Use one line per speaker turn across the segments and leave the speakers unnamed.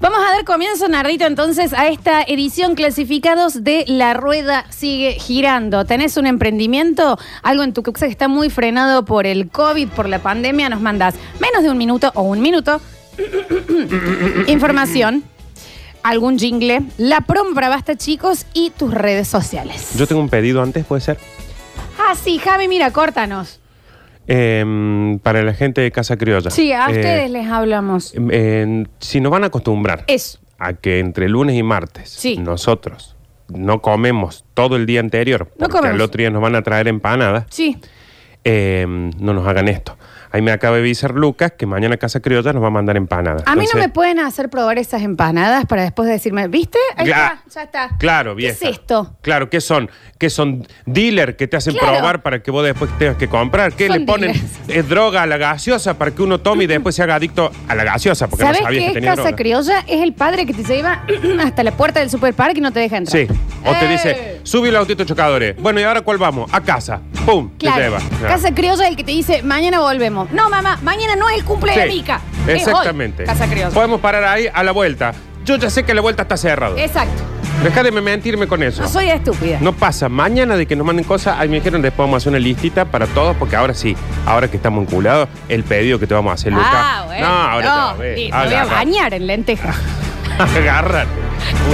dar comienzo, Nardito, entonces a esta edición clasificados de La Rueda Sigue Girando. ¿Tenés un emprendimiento? Algo en tu casa que está muy frenado por el COVID, por la pandemia. Nos mandás menos de un minuto o un minuto. Información, algún jingle, la promo para Basta Chicos y tus redes sociales.
Yo tengo un pedido antes, ¿puede ser?
Ah, sí, Javi, mira, córtanos.
Em, para la gente de Casa Criolla.
Sí, a
Eh,
ustedes les hablamos.
em, em, si nos van a acostumbrar
Eso.
a que entre lunes y martes
Sí.
nosotros no comemos todo el día anterior,
No
porque al
comemos.
otro día nos van a traer empanadas,
Sí.
em, no nos hagan esto. Ahí me acaba de avisar Lucas que mañana Casa Criolla nos va a mandar empanadas.
A mí no me
Entonces,
pueden hacer probar esas empanadas para después decirme, ¿viste? Ahí
Ya.
está, ya está.
Claro,
¿Qué
bien.
es esto?
Claro, ¿qué son? ¿Qué son dealer que te hacen
Claro.
probar para que vos después tengas que comprar? ¿Qué
Son
le ponen
dealers.
eh, droga a la gaseosa para que uno tome y después se haga adicto a la gaseosa? Porque
¿Sabes
no sabías
qué
que
es
tenía
Casa
droga.
Criolla? Es el padre que te lleva hasta la puerta del superparque y no te deja entrar.
Sí. O te
¡Eh!
dice, sube el autito chocadores. Bueno, ¿y ahora cuál vamos? A casa. ¡Pum! Te
Claro,
lleva. Claro.
Casa Criolla es el que te dice, mañana volvemos. No, mamá, mañana no es el cumple de
Sí,
Mica. es hoy,
Exactamente.
Casa Criolla.
Podemos parar ahí a la vuelta. Yo ya sé que la vuelta está cerrada.
Exacto.
Dejá de me- mentirme con eso.
No soy estúpida.
No pasa. Mañana de que nos manden cosas, ahí me dijeron después vamos a hacer una listita para todos, porque ahora sí, ahora que estamos vinculados, el pedido que te vamos a hacer, Lucas.
Ah, bueno.
No, ahora te va a
no,
ver.
sí, me voy a
Agarra-
bañar en lentejas.
Agárrate.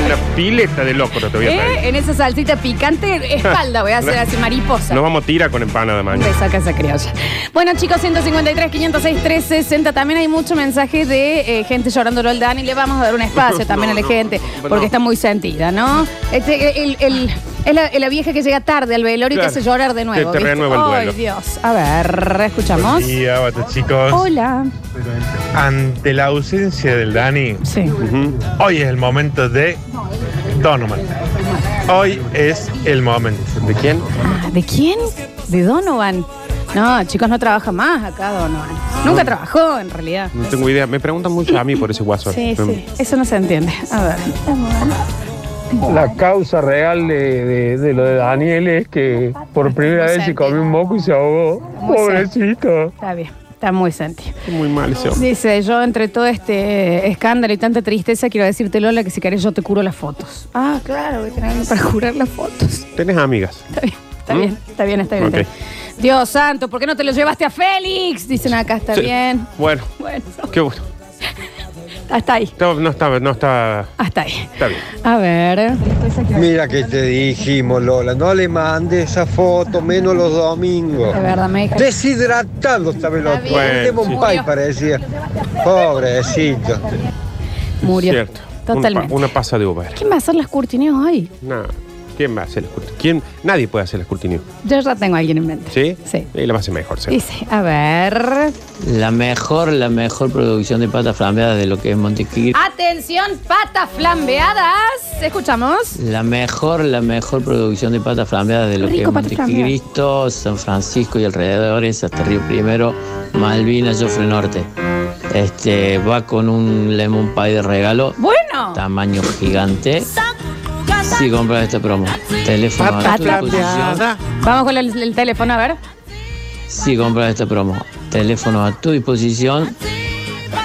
Una pileta de loco no te voy a pedir.
¿Eh? En esa salsita picante, espalda voy a hacer así mariposa.
Nos vamos a tirar con empanada de
Un
mañana.
beso a Casa Criolla. Bueno, chicos, 153, 506, 360. También hay mucho mensaje de eh, gente llorándolo al Dani. Le vamos a dar un espacio también a la
No, no,
gente,
no.
porque está muy sentida, ¿no? Este, el- el- es la, la vieja que llega tarde al velorio y
Claro.
te hace llorar de nuevo.
Te- te
¿viste?
renueva el
Ay,
duelo.
Dios. A ver, escuchamos.
día, basta, chicos.
Hola.
Ante la ausencia del Dani,
Sí.
Ujú.
hoy es el momento de Donovan. Hoy es el momento.
¿De quién?
Ah, ¿De quién? ¿De Donovan? No, chicos, no trabaja más acá Donovan. Nunca trabajó, en realidad.
No tengo idea. Me preguntan mucho a mí por ese WhatsApp.
Sí, sí. Eso no se entiende. A ver.
La causa real de, de- de lo de Daniel es que por primera
Muy
vez se
sentido.
comió un moco y se ahogó.
Muy
Pobrecito.
Está bien. Está muy sentido.
Muy mal ese hombre.
Dice, yo entre todo este eh, escándalo y tanta tristeza quiero decirte, Lola, que si querés yo te curo las fotos. Ah, claro, voy a tener algo para curar las fotos.
Tenés amigas.
Está bien, está bien, está bien, está bien. está
¿Mm? Ok.
bien. Dios santo, ¿por qué no te lo llevaste a Félix? Dicen acá, está
Sí.
bien.
Bueno,
Bueno,
qué bueno.
hasta ahí,
Está- No está, no está.
hasta ahí.
Está bien.
A ver.
Mira que te dijimos, Lola, no le mandes esa foto, menos los domingos.
De verdad, me dijeron.
Deshidratado esta pelota.
Está bien.
Lemon
Bueno,
sí.
pie parecía. Pobrecito.
Murió.
Cierto. Una,
Totalmente.
pa- una pasa de Uber.
¿Quién va a hacer las cortineos hoy?
No. ¿Quién va a hacer las cortinas? ¿Quién? Nadie puede hacer las cortinas.
Yo ya tengo a alguien en mente.
¿Sí?
Sí.
Y la va a hacer mejor, sí.
Dice, a ver.
La mejor, la mejor producción de patas flambeadas de lo que es Montequir.
Atención, patas flambeadas. Escuchamos.
La mejor, la mejor producción de patas flambeadas de lo que
Rico
es
patas
Montecristo, San Francisco y alrededores, hasta Río Primero, Malvinas, Jofre Norte. Este va con un lemon pie de regalo,
Bueno.
tamaño gigante. Si compras esta promo, teléfono a tu
Patas
disposición.
Vamos con el, el teléfono, a ver.
Si compras esta promo, teléfono a tu disposición.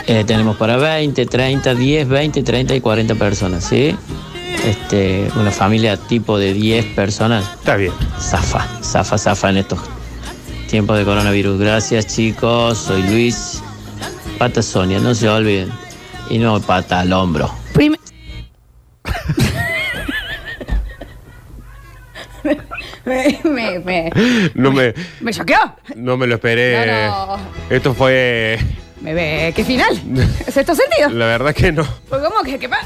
Eh, tenemos para 20, 30, 10, 20, 30 y 40 personas, ¿sí? Este, una familia tipo de 10 personas,
Está bien.
zafa, zafa, zafa en estos tiempos de coronavirus. Gracias chicos, soy Luis. Pata Sonia, no se olviden. Y no pata al hombro.
Prim- me, me, me,
No me,
me choqueó.
no me lo esperé.
No, no.
Esto fue.
Me ve, qué final. Sexto sentido.
La verdad que no.
Pues, ¿Cómo que qué pa-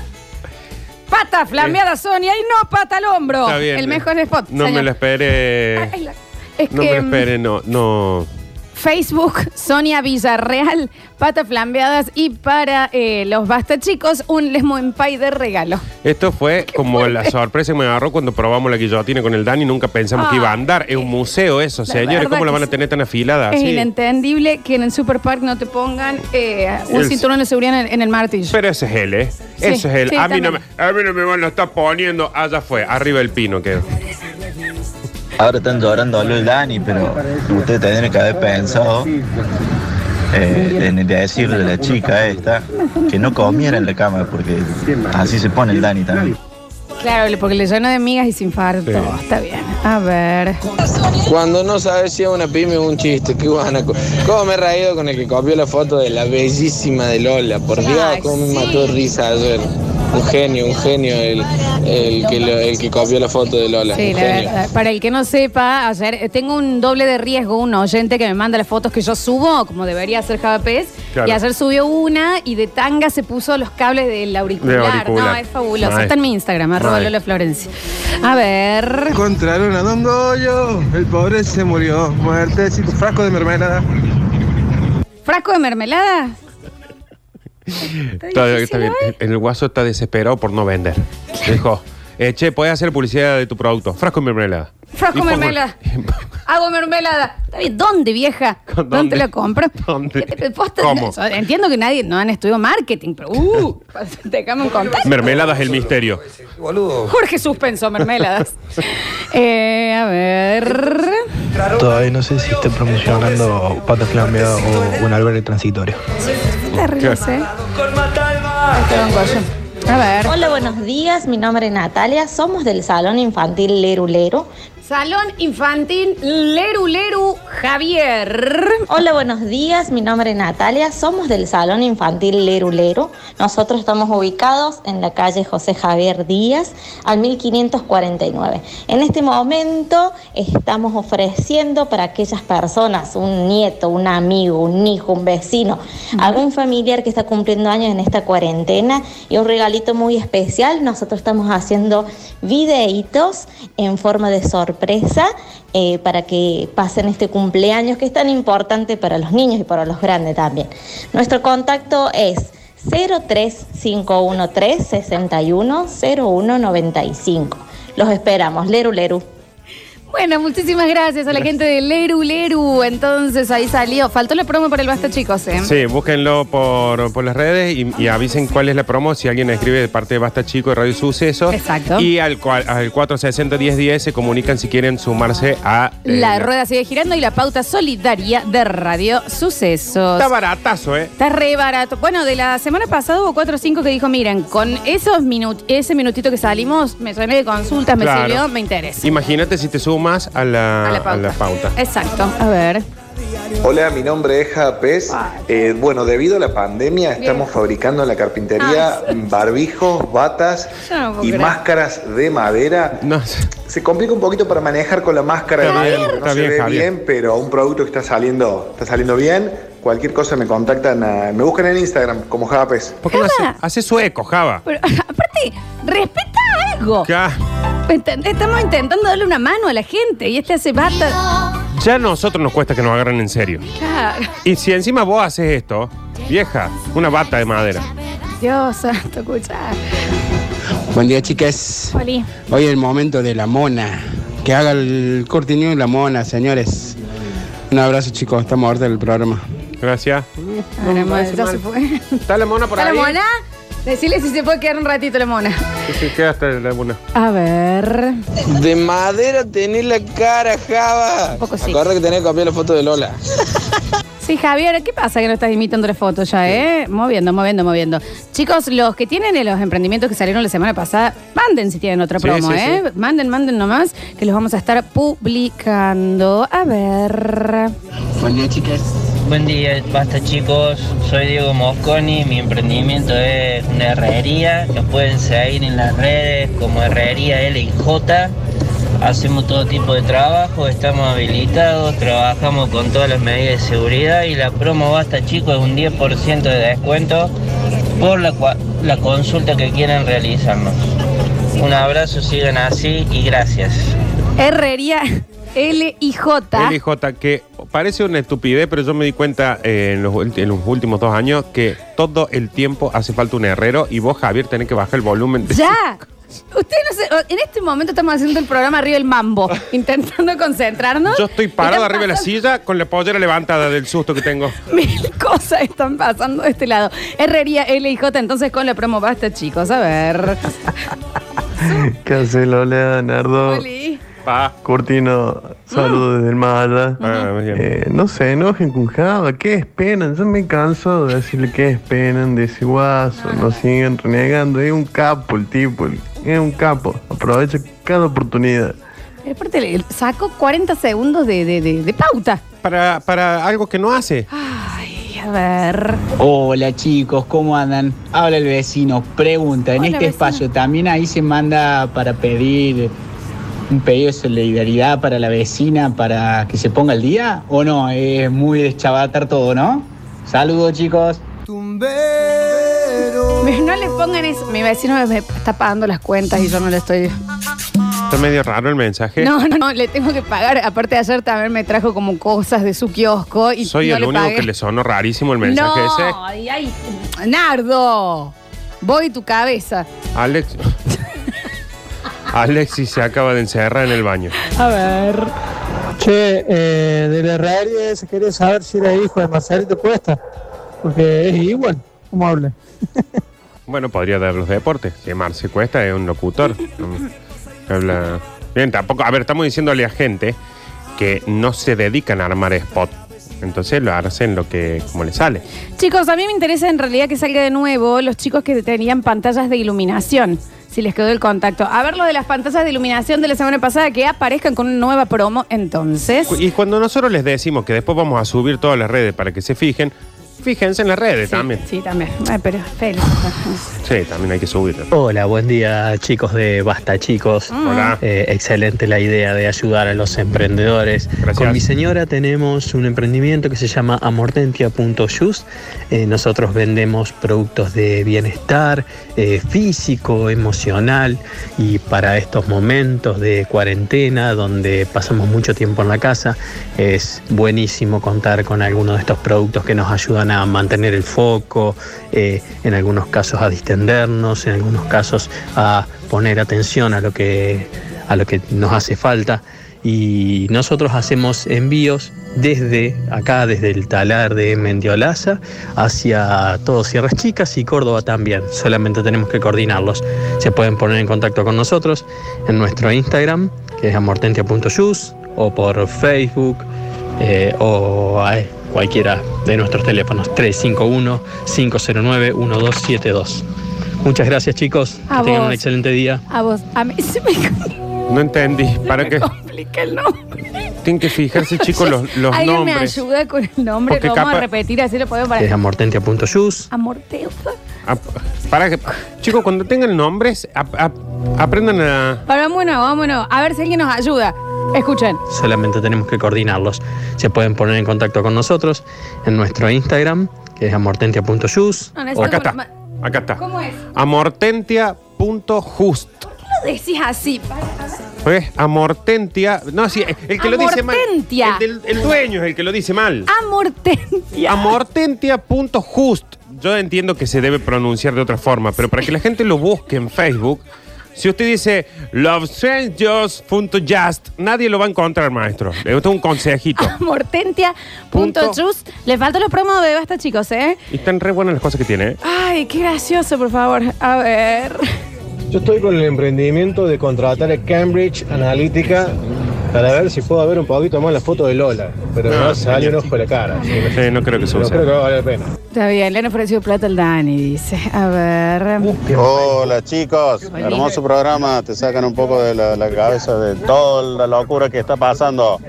Pata flameada Sonia y no pata al hombro.
Eh. Está bien. eh.
El mejor spot.
No
señor.
me lo esperé.
Ay, la- Es
No
que
me lo
mm,
esperé, no. No.
Facebook, Sonia Villarreal, patas flambeadas y para eh, los basta chicos, un lemon pie de regalo.
Esto fue como la sorpresa que me agarró cuando probamos la guillotina con el Dani. Nunca pensamos que iba a andar. Es un museo eso,
La
señores.
verdad
¿Cómo lo
que
van a
sí.
tener tan afilada?
Es
así?
inentendible que en el Superpark no te pongan eh, un
El-
cinturón de seguridad en, el- en el martillo.
Pero ese es él, ¿eh?
Sí,
Ese es él.
sí,
a, mí no me,
también.
a mí no me van a estar poniendo. Allá fue, arriba el pino quedó.
Ahora están llorando a el Dani, pero ustedes tendrían que haber pensado eh, de, de decirle a la chica esta que no comiera en la cama porque así se pone el Dani también.
Claro, porque le lleno de migas y sin farto.
Sí.
Está bien. A ver.
Cuando no sabes si es una pyme o un chiste, qué guanaco. ¿Cómo me he reído con el que copió la foto de la bellísima de Lola? Por Dios,
Ay,
cómo me
sí.
mató de risa ayer. Un genio, un genio el, el que, lo- el que copió la foto de Lola.
Sí,
un
la
genio.
verdad. Para el que no sepa, ayer eh, tengo un doble de riesgo, un oyente que me manda las fotos que yo subo, como debería hacer Javapés.
Claro.
Y ayer subió una y de tanga se puso los cables del auricular.
Del auricular.
No, es fabuloso.
Ay.
Está en mi Instagram, arroba
Ay.
Lola Florencia. A ver.
Encontraron a Don Goyo, el pobre se murió. Muertecito, frasco de mermelada.
¿Frasco de mermelada?
Está,
difícil ¿eh?
está bien.
hoy.
El guaso está desesperado por no vender. Dijo, eh, che, podés hacer publicidad de tu producto. Frasco y mermelada.
Frasco
Y
y
fue-
mermelada. Hago mermelada. Está bien, ¿Dónde, vieja? ¿Dónde,
¿Dónde?
la compras?
¿Dónde?
¿Qué te- posta?
¿Cómo?
Yo Entiendo que nadie no han estudiado marketing, pero uh, déjame un contacto.
mermelada es el misterio.
Jorge suspenso, mermeladas. Eh, a ver.
Todavía no sé si está promocionando patas flambeadas o un albergue transitorio.
Está re, no sé. Esteban Goyo. A ver.
Hola, buenos días. Mi nombre es Natalia. Somos del Salón Infantil Lerulero.
Salón infantil Leru Leru Javier.
Hola, buenos días. Mi nombre es Natalia. Somos del Salón Infantil Lerulero. Nosotros estamos ubicados en la calle José Javier Díaz, al 1549. En este momento estamos ofreciendo para aquellas personas, un nieto, un amigo, un hijo, un vecino, algún familiar que está cumpliendo años en esta cuarentena y un regalito muy especial. Nosotros estamos haciendo videitos en forma de sorpresa eh, para que pasen este cumpleaños que es tan importante para los niños y para los grandes también. Nuestro contacto es 03513 61 0195. Los esperamos, Leru Leru.
Bueno, muchísimas gracias a la gente de Leru Leru. Entonces ahí salió. Faltó la promo para el basta, chicos, ¿eh?
Sí, búsquenlo por, por las redes y, y avisen cuál es la promo. Si alguien escribe de parte de Basta Chico de Radio Suceso.
Exacto.
Y al, cual- al 460-1010 se comunican si quieren sumarse a. eh,
La rueda sigue girando y la pauta solidaria de Radio Sucesos.
Está baratazo, ¿eh?
Está re barato. Bueno, de la semana pasada hubo 4 o 5 que dijo, miren, con esos minut ese minutito que salimos, me llené de consultas, me
Claro.
sirvió, me interesa.
Imagínate si te sumas a la, a la pauta.
Exacto. A ver.
Hola, mi nombre es Japes. Eh, bueno, debido a la pandemia estamos fabricando en la carpintería barbijos, batas
Yo no puedo
y
creer.
máscaras de madera.
No,
Se complica un poquito para manejar con la máscara,
Está
de
bien,
madera, no
está
se
bien,
ve
Javier.
bien, pero un producto que está saliendo, está saliendo bien. Cualquier cosa me contactan, a- me buscan en Instagram como Japes.
¿Por qué no hace, hace sueco, Java?
Pero aparte, respeta algo.
Ya,
Ent- Estamos intentando darle una mano a la gente y este hace bata.
ya a nosotros nos cuesta que nos agarren en serio.
Claro.
Y si encima vos haces esto, vieja, una bata de madera.
Dios santo, escucha.
Buen día, chicas.
Oli.
Hoy es el momento de la mona. Que haga el corte news la mona, señores. Un abrazo, chicos. Estamos ahorita del programa.
Gracias.
Ahora, ya se fue.
¿Está la mona por
¿Está la
ahí?
mona? Decirle si se puede quedar un ratito la mona.
Sí, sí, queda hasta la mona.
A ver.
De madera tenés la cara, Java.
Un poco
Pues
sí.
Acuerda que tenés que copiar la foto de Lola.
Sí, Javier, ¿qué pasa que no estás imitando la foto ya, eh? Moviendo, moviendo, moviendo. Chicos, los que tienen eh, los emprendimientos que salieron la semana pasada, manden si tienen otra
Sí,
promo,
sí,
¿eh? Manden, manden nomás, que los vamos a estar publicando. A ver.
Buen día, chicas.
Buen día, basta chicos. Soy Diego Mosconi. Mi emprendimiento es una herrería. Nos pueden seguir en las redes como Herrería LJ. Hacemos todo tipo de trabajo, estamos habilitados, trabajamos con todas las medidas de seguridad y la promo basta chicos es un 10% de descuento por la, cua- la consulta que quieran realizarnos. Un abrazo, sigan así y gracias.
Herrería L y J.
LJ, que parece una estupidez, pero yo me di cuenta eh, en, los, ulti- en los últimos dos años que todo el tiempo hace falta un herrero y vos, Javier, tenés que bajar el volumen. de-
¡Ya! Ustedes no sé, en este momento estamos haciendo el programa arriba del mambo, intentando concentrarnos.
Yo estoy parado
Están
arriba de la
pasando-
silla con la pollera levantada del susto que tengo.
Mil cosas están pasando de este lado. Herrería L y J, entonces con la promo basta, chicos. A ver.
Oh.
¿Qué hace Lola, Nardo?
Oli. Mm.
Cortino, saludos desde el más allá.
Ah,
Eh, no se enojen con Java, ¿qué esperan? Yo me canso de decirle que esperan de ese guaso,
Ah.
no siguen renegando. Es un capo el tipo, el- es un capo. Aprovecha cada oportunidad.
Pero aparte, le- sacó 40 segundos de, de- de- de pauta.
Para, para algo que no hace.
Ah. Ay, a ver.
Hola chicos, ¿cómo andan? Habla el vecino, pregunta, en
Hola,
este
vecino.
espacio también ahí se manda para pedir un pedido de solidaridad para la vecina para que se ponga al día o no, es muy deschabatar todo, ¿no? Saludos chicos.
Pero no le pongan eso. Mi vecino me- me está pagando las cuentas y yo no le estoy.
Está medio raro el mensaje.
No, no, no, le tengo que pagar. Aparte, ayer también me trajo como cosas de su kiosco y
Soy
no
el
le
único
pagué.
que le sonó rarísimo el mensaje
no,
ese.
ay, ay, Nardo, voy tu cabeza.
Alex. Alexis se acaba de encerrar en el baño.
A ver. Che, eh, de la herrería se quería saber si era hijo de Marcelito Cuesta. Porque es igual, como habla.
Bueno, podría dar los deportes. Que Marce Cuesta es un locutor. Mm. Habla. Bien, tampoco. A ver, estamos diciéndole a gente que no se dedican a armar spot. Entonces lo hacen lo que como le sale.
Chicos, a mí me interesa en realidad que salga de nuevo los chicos que tenían pantallas de iluminación. Si les quedó el contacto. A ver lo de las pantallas de iluminación de la semana pasada que aparezcan con una nueva promo entonces.
Cu- Y cuando nosotros les decimos que después vamos a subir todas las redes para que se fijen, fíjense en las redes este también.
Sí, también. Ay, pero feliz.
Sí, también hay que subir.
Hola, buen día chicos de Basta Chicos.
Ah.
Hola.
Eh, excelente la idea de ayudar a los emprendedores. Con mi señora tenemos un emprendimiento que se llama amortentia.yus. Eh, nosotros vendemos productos de bienestar eh, físico, emocional y para estos momentos de cuarentena donde pasamos mucho tiempo en la casa es buenísimo contar con alguno de estos productos que nos ayudan a mantener el foco, eh, en algunos casos a distendernos, en algunos casos a poner atención a lo que, a lo que nos hace falta. Y nosotros hacemos envíos desde acá, desde el talar de Mendiolaza, hacia todo Sierras Chicas y Córdoba también. Solamente tenemos que coordinarlos. Se pueden poner en contacto con nosotros en nuestro Instagram, que es amortentia.yus, o por Facebook, eh, o a cualquiera de nuestros teléfonos, 351-509-1272. Muchas gracias chicos,
A
que tengan
vos.
un excelente día.
A vos, a mí se me
No entendí. ¿Para qué?
complica el nombre.
Tienen que fijarse, chicos, Este los, los
¿Alguien me
nombres.
ayuda con el nombre?
Porque
Lo vamos a
capaz-
repetir, así lo podemos
Que es
para.
amortentia.yus.
Amorteuza.
Ah, para que, chicos, cuando tengan nombres, ap- ap- aprendan a.
Para, vámonos, vámonos. A ver si alguien nos ayuda. Escuchen.
solamente tenemos que coordinarlos. Se pueden poner en contacto con nosotros en nuestro Instagram, que es amortentia.yus.
No, necesito
Acá está.
ma-
Acá está.
¿Cómo es? ¿Por
Amortentia.just.
qué lo decís así? Para-
¿Ves? Amortentia. No, sí, el que lo dice mal.
Amortentia. Ah,
El, del- el dueño es el que lo dice mal.
Amortentia.
Amortentia.just. Yo entiendo que se debe pronunciar de otra forma, pero para que la gente lo busque en Facebook, si usted dice lovesangers.just, nadie lo va a encontrar, maestro. Esto es un consejito.
Amortentia.just. Les faltan los promos de basta, chicos, ¿eh?
Y están re buenas las cosas que tiene, ¿eh?
Ay, qué gracioso, por favor. A ver.
Yo estoy con el emprendimiento de contratar a Cambridge Analytica para ver si puedo ver un poquito más la foto de Lola. Pero no,
Ah,
sale un ojo de la cara. así que
Sí, Eh, no creo que
No creo que
suceda.
valga la pena.
Está bien, le han ofrecido plata al Dani, dice. A ver.
Hola chicos,
Hola.
hermoso programa, te sacan un poco de la, la cabeza de toda la locura que está pasando.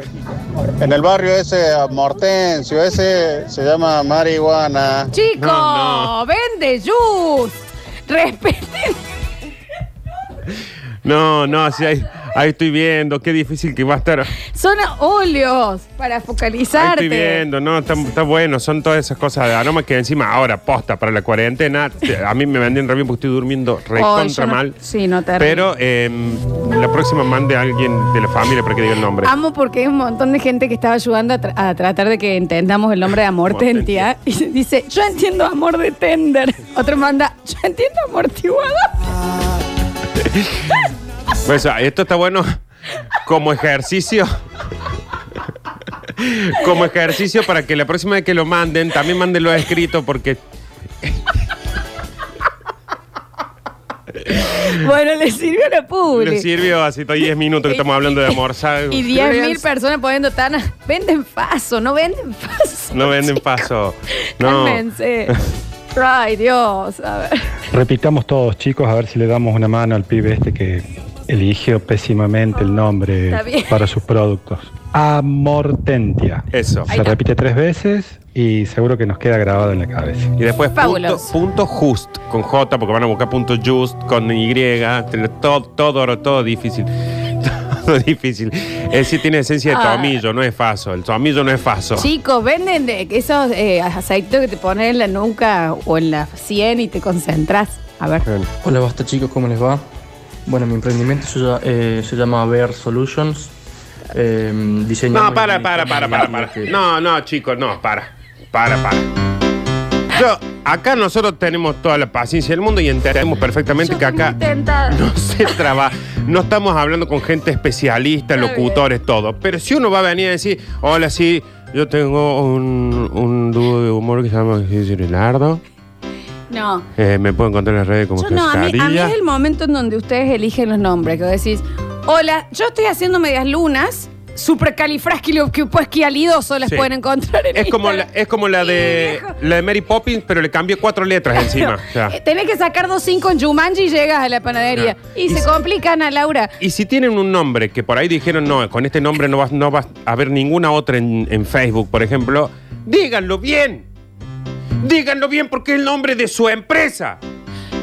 En el barrio ese, a Mortencio, ese se llama marihuana.
Chico, vende juice. Respeten.
No, no, sí, ahí, ahí estoy viendo, qué difícil que va a estar.
Son óleos para
Ahí
focalizarte.
estoy viendo, no, está, está bueno, son todas esas cosas de ah, aroma que encima ahora posta para la cuarentena. te- A mí me venden re bien porque estoy durmiendo re
Oh, yo
contra
no-
mal.
Sí, no te
Pero eh, la próxima mande a alguien de la familia para que diga el nombre.
Amo porque hay un montón de gente que estaba ayudando a, tra- a tratar de que entendamos el nombre de Amortentia. Y dice, yo entiendo amor de tender. Otro manda, yo entiendo amortiguado.
Pues, ah, esto está bueno como ejercicio. Como ejercicio para que la próxima vez que lo manden, también mándenlo escrito porque.
Bueno, le sirvió a la
Le
publi.
sirvió así todo 10 minutos que estamos hablando de almorzar.
Y 10.000 personas poniendo tanas. Venden paso, no venden paso.
No venden paso.
No.
No.
Ay, Dios. A ver.
Repitamos todos, chicos, a ver si le damos una mano al pibe este que eligió pésimamente el nombre
Está bien.
para sus productos. Amortentia.
Eso.
Se repite tres veces y seguro que nos queda grabado en la cabeza.
Y después punto,
Fabuloso.
punto just con J, porque van a buscar punto just con Y, todo, todo, todo difícil. Todo difícil. Es decir, tiene esencia de
Ah.
tomillo, no es faso. El tomillo no es faso.
Chicos, venden de esos eh, aceites que te pones en la nuca o en la sien y te concentras. A ver.
Eh,
Hola, basta chicos, ¿cómo les va? Bueno, mi emprendimiento se, llama- eh, se llama Bear Solutions. Eh, diseño
No, para, para, para, para, para. No, no, chicos, no, para. Para, para. Yo, acá nosotros tenemos toda la paciencia del mundo y entendemos perfectamente que acá no se trabaja. No estamos hablando con gente especialista, locutores, todo. Pero si uno va a venir a decir, hola, sí, yo tengo un, un dúo de humor que se llama Jesús Leonardo.
No.
Eh, me puedo encontrar en las redes como
Yo no, a mí, a mí
Cesarilla.
es el momento en donde ustedes eligen los nombres, que vos decís, hola, yo estoy haciendo medias lunas, supercalifrasquilocuesquialidoso pues, las
Sí.
pueden encontrar en
Es como la,
Instagram.
es como la de la de Mary Poppins, pero le cambié cuatro letras encima. O sea.
Eh, Tenés que sacar dos cinco en Jumanji y llegas a la panadería. Y, se complican a Laura.
Y si tienen un nombre que por ahí dijeron, no, con este nombre no vas, no vas a ver ninguna otra en, en Facebook, por ejemplo, díganlo bien. Díganlo bien porque es el nombre de su empresa.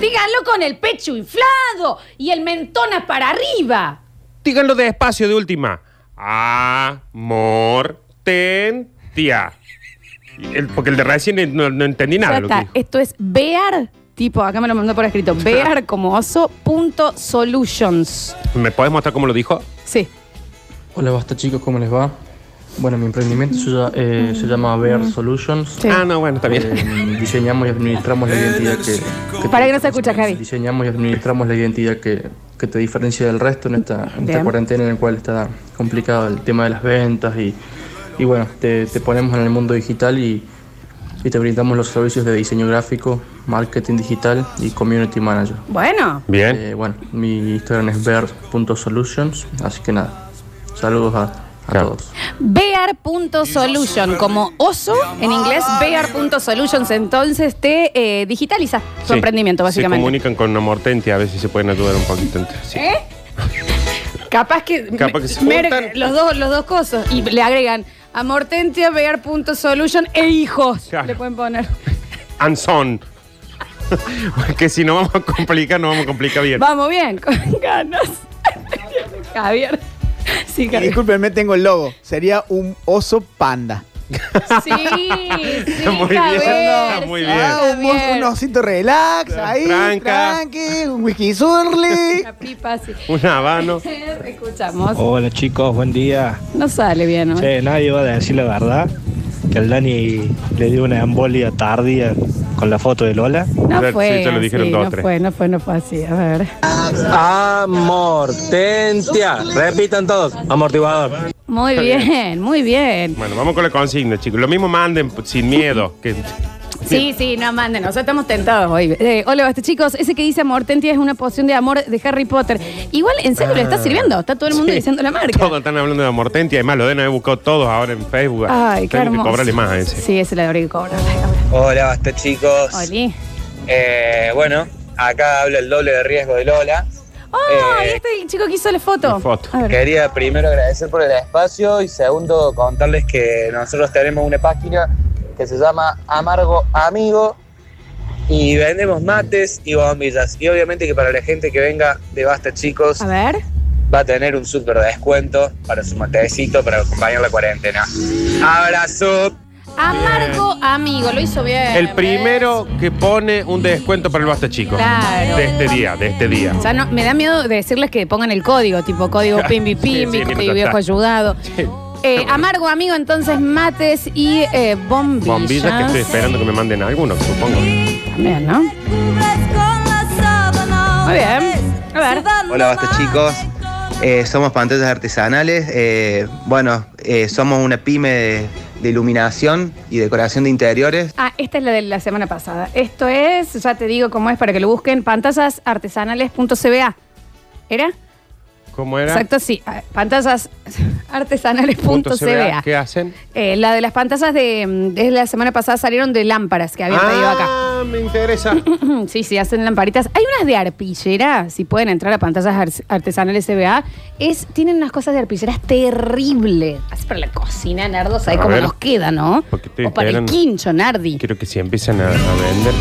Díganlo con el pecho inflado y el mentona para arriba.
Díganlo despacio de última. Amortentia. Y el- porque el de recién no, no entendí nada.
Ya
de lo que
está.
dijo.
Esto es Bear, tipo, acá me lo mandó por escrito, Bear como oso, punto solutions.
¿Me podés mostrar cómo lo dijo?
Sí.
Hola, basta chicos, ¿cómo les va? Bueno, mi emprendimiento se, lla- eh, se llama Bear Solutions. Em,
Ah, no, bueno, está bien.
Eh, diseñamos y administramos la identidad que, que
Para que no se escucha, Javi.
diseñamos y administramos la identidad que, que te diferencia del resto en esta, en esta
Bien.
cuarentena en la cual está complicado el tema de las ventas y, y bueno, te, te ponemos en el mundo digital y, y te brindamos los servicios de diseño gráfico, marketing digital y community manager.
Bueno.
Bien.
eh, bueno, mi Instagram es bear.solutions, así que nada, saludos a, a todos.
Bear.solution, como oso en inglés, Bear.solutions. Entonces te eh, digitaliza tu
Sí.
emprendimiento,
Se
básicamente.
comunican con Amortentia, a ver si se pueden ayudar un poquito. entre sí.
¿Eh? Capaz que,
Capaz que se
mer-
juntan.
los dos los dos cosas y le agregan Amortentia, Bear.solution e hijos.
Claro.
Le pueden poner.
Anson. Porque si no vamos a complicar, no vamos a complicar bien.
Vamos bien, con ganas. Javier. Sí, Javier.
Disculpenme, tengo el logo. Sería un oso panda.
Sí, sí,
Muy bien,
Javier,
muy
sí,
bien. Ah, un
Javier.
mos- un osito relax, ahí,
Tranca.
tranqui, un whisky surly.
Una pipa, sí.
Un habano.
Escuchamos.
Oh.
Hola chicos, buen día.
No sale bien, ¿no?
Che, nadie va a decir la verdad. Que al Dani le dio una embolia tardía con la foto de Lola.
No fue. así, no fue, no fue, no fue así. A ver.
Amortentia. Repitan todos. Amortiguador.
Muy
Está
bien,
bien.
muy bien.
Bueno, vamos con la consigna, chicos. Lo mismo manden p- sin miedo. Que,
Sí, sí, no manden, nosotros estamos tentados hoy. Eh, hola, basta chicos. Ese que dice Amortentia es una poción de amor de Harry Potter. Igual, en serio, le está
Ah.
sirviendo. Está todo el mundo
Sí.
diciendo la marca.
Todos están hablando de Amortentia. Además, lo deben haber buscado todos ahora en Facebook.
Ay, qué
Tengo
hermoso.
que cobrarle más a ese.
Sí, ese le habría que cobrar.
Hola, basta chicos.
Oli.
Eh, bueno, acá habla el doble de riesgo de Lola.
¡Oh! y
Eh,
este es el chico que hizo la foto. A ver.
Quería primero agradecer por el espacio y segundo contarles que nosotros tenemos una página que se llama Amargo Amigo y vendemos mates y bombillas. Y obviamente que para la gente que venga de Basta Chicos
A ver.
va a tener un súper descuento para su matecito para acompañar la cuarentena. ¡Abrazo!
Amargo amigo, lo hizo bien.
El primero que pone un descuento para el basta, chicos.
Claro.
De este día, de este día.
Ya no, me da miedo de decirles que pongan el código, tipo código pimbi pimbi,
Sí, sí,
código
ya
viejo
está.
ayudado.
Sí.
Eh, amargo amigo, entonces mates y eh, bombillas.
Bombillas que estoy esperando que me manden alguno, supongo.
También, ¿no? Muy bien. A ver.
Hola, basta chicos. Eh, somos pantallas artesanales. Eh, bueno, eh, somos una pyme de,
de iluminación y decoración de interiores.
Ah, esta es la de la semana pasada. Esto es, ya te digo cómo es para que lo busquen, pantallasartesanales.cba. ¿Era?
¿Cómo era?
Exacto, sí. Ah, Pantallasartesanales.cba.
¿Qué hacen?
Eh, la de las pantallas de, mm, de la semana pasada salieron de lámparas que habían pedido acá.
Ah, me interesa.
sí, sí, hacen lamparitas. Hay unas de arpillera, si pueden entrar a pantallas Ars- artesanales CBA, es, tienen unas cosas de arpilleras terribles. Así para la cocina, Nardo, sabes
A
cómo
ver.
nos queda, ¿no?
Porque estoy
O para el
esperando.
quincho, Nardi.
Quiero que si empiezan a, a vender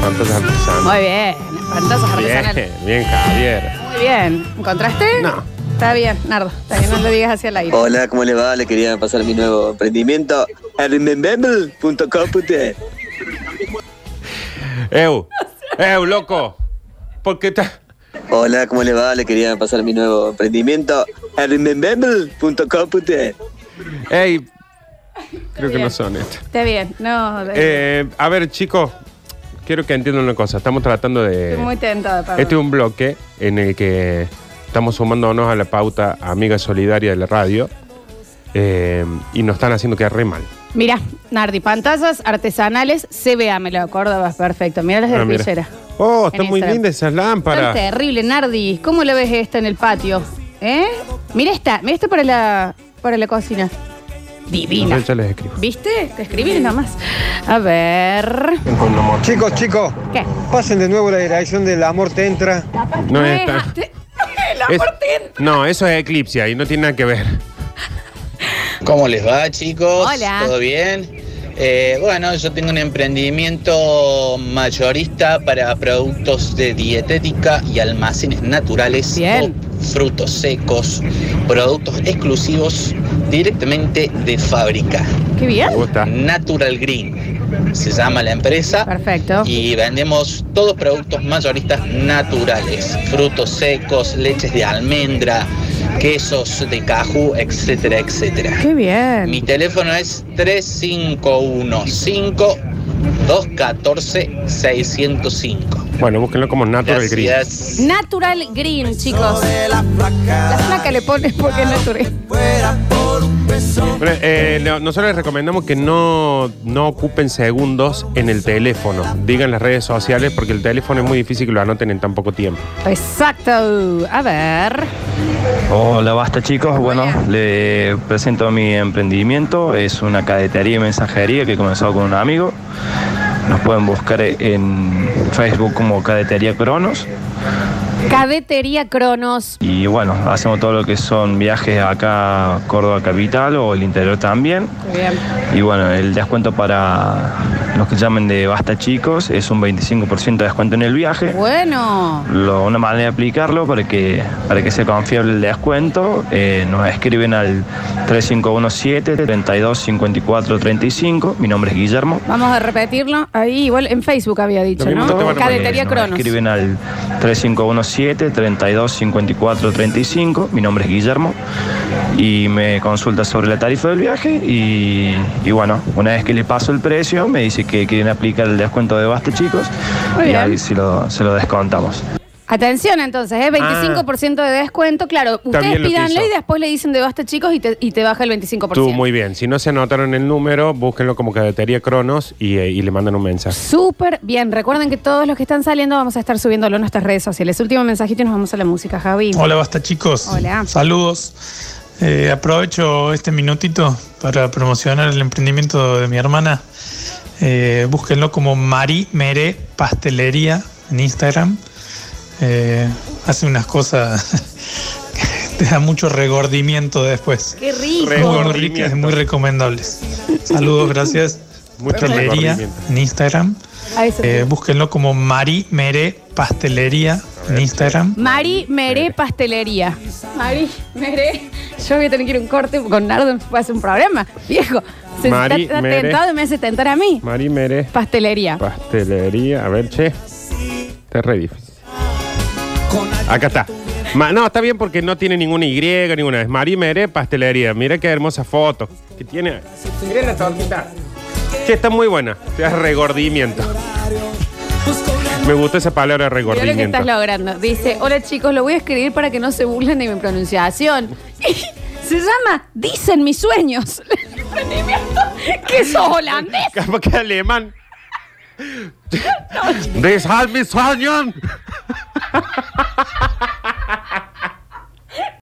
pantallas artesanales.
Muy bien, pantallas artesanales.
Bien, bien, Javier.
Muy bien. ¿Encontraste? No. Está bien, Nardo. Está bien, no lo digas hacia el aire.
Oh.
Hola, ¿cómo le va? Le quería pasar mi nuevo emprendimiento, remember.com.ar.
Eu, eu, loco. ¿Por qué estás?
Hola, ¿cómo le va? Le quería pasar mi nuevo emprendimiento, remember.com.ar.
Ey, creo que no son estas.
Está bien, no.
Eh, a ver, chicos, quiero que entiendan una cosa. Estamos tratando de.
estoy muy tentada, perdón.
Este es un bloque en el que estamos sumándonos a la pauta Amiga Solidaria de la radio eh, y nos están haciendo quedar re mal.
Mira, Nardi, pantallas artesanales CBA, me lo acordabas perfecto. Mira las de
Ah, mira.
arpillera.
Oh, están
En
muy
Instagram.
lindas esas
Tan
lámparas.
terrible, Nardi. ¿Cómo la ves esta en el patio? ¿Eh? Mira esta, mira esta para la, para la cocina. Divina.
Yo ya les escribo.
¿Viste? Te escribí nomás. A ver.
Chicos, chicos,
¿Qué?
pasen de nuevo la dirección del amor te entra.
No
es
es tan-
El amor
Es-
te entra.
no, eso es Eclipse ahí, no tiene nada que ver.
¿Cómo les va, chicos?
Hola.
¿Todo bien? Eh, bueno, yo tengo un emprendimiento mayorista para productos de dietética y almacenes naturales, o frutos secos, productos exclusivos directamente de fábrica.
Qué bien.
Natural Green se llama la empresa.
Ah. Perfecto.
Y vendemos todos productos mayoristas naturales, frutos secos, leches de almendra, quesos de cajú, etcétera, etcétera.
Qué bien.
Mi teléfono es 3515 214 605.
Bueno, búsquenlo como Natural Green.
Gracias.
Natural Green, chicos. La placa le pones porque es natural.
Bueno, eh, no- nosotros les recomendamos que no, no ocupen segundos en el teléfono. Digan las redes sociales porque el teléfono es muy difícil que lo anoten en tan poco tiempo.
Exacto. A ver.
Hola, basta chicos. Bueno, le presento mi emprendimiento. Es una cadetería y mensajería que he comenzado con un amigo. Nos pueden buscar en Facebook como Cadetería Cronos.
Cadetería Cronos.
Y bueno, hacemos todo lo que son viajes acá a Córdoba Capital o el interior también.
Muy bien.
Y bueno, el descuento para los que llamen de basta chicos es un 25% de descuento en el viaje.
Bueno.
Lo- una manera de aplicarlo para que, para que sea confiable el descuento, eh, nos escriben al 3517-325435. Mi nombre es Guillermo.
Vamos a repetirlo. Ahí igual en Facebook había dicho, ¿no? Cadetería
Eh, nos
Cronos.
escriben al 3517-325435. Mi nombre es Guillermo. Y me consulta sobre la tarifa del viaje. Y, y bueno, una vez que le paso el precio, me dice que quieren aplicar el descuento de Basta, chicos.
Muy
y
bien.
ahí se lo, se lo descontamos.
Atención entonces, ¿eh? 25% de descuento. Claro, ustedes
bien lo que
pídanle
hizo.
y después le dicen de basta, chicos, y te, y te baja el 25%.
Estuvo muy bien. Si no se anotaron el número, búsquenlo como Cadetería Cronos y, eh, y le mandan un mensaje.
Súper bien. Recuerden que todos los que están saliendo vamos a estar subiéndolo en nuestras redes sociales. Último mensajito y nos vamos a la música, Javi.
Hola, basta chicos.
Hola.
Saludos. Eh, aprovecho este minutito para promocionar el emprendimiento de mi hermana. Eh, búsquenlo como Marie Mere Pastelería en Instagram. Eh, hace unas cosas que te da mucho regordimiento después.
¡Qué rico!
Muy ricas y muy recomendables. Saludos, gracias.
Mucho
Pastelería
regordimiento.
en Instagram.
Ahí se
Eh,
fue.
búsquenlo como Marie Mere Pastelería en Instagram.
Mari Meré Pastelería. Mari Meré. Yo voy a tener que ir a un corte con Nardo para hacer un programa. Viejo, se
Mari
está, está
Meré.
tentado y me hace tentar a mí.
Mari Mere,
Pastelería.
Pastelería. A ver, che. Está re difícil. Acá está. Ma- no, está bien porque no tiene ninguna Y, ninguna. Es Mari Mere Pastelería. Mira qué hermosa foto que tiene. Miren la tortita. Che, está muy buena. Te da regordimiento. Me gustó esa palabra
Mira lo que
regordimiento.
estás logrando. Dice, hola chicos, lo voy a escribir para que no se burlen de mi pronunciación. se llama Dicen mis sueños. emprendimiento. ¿Qué sos holandés?
Capaz que alemán. Deshalb mis sueños.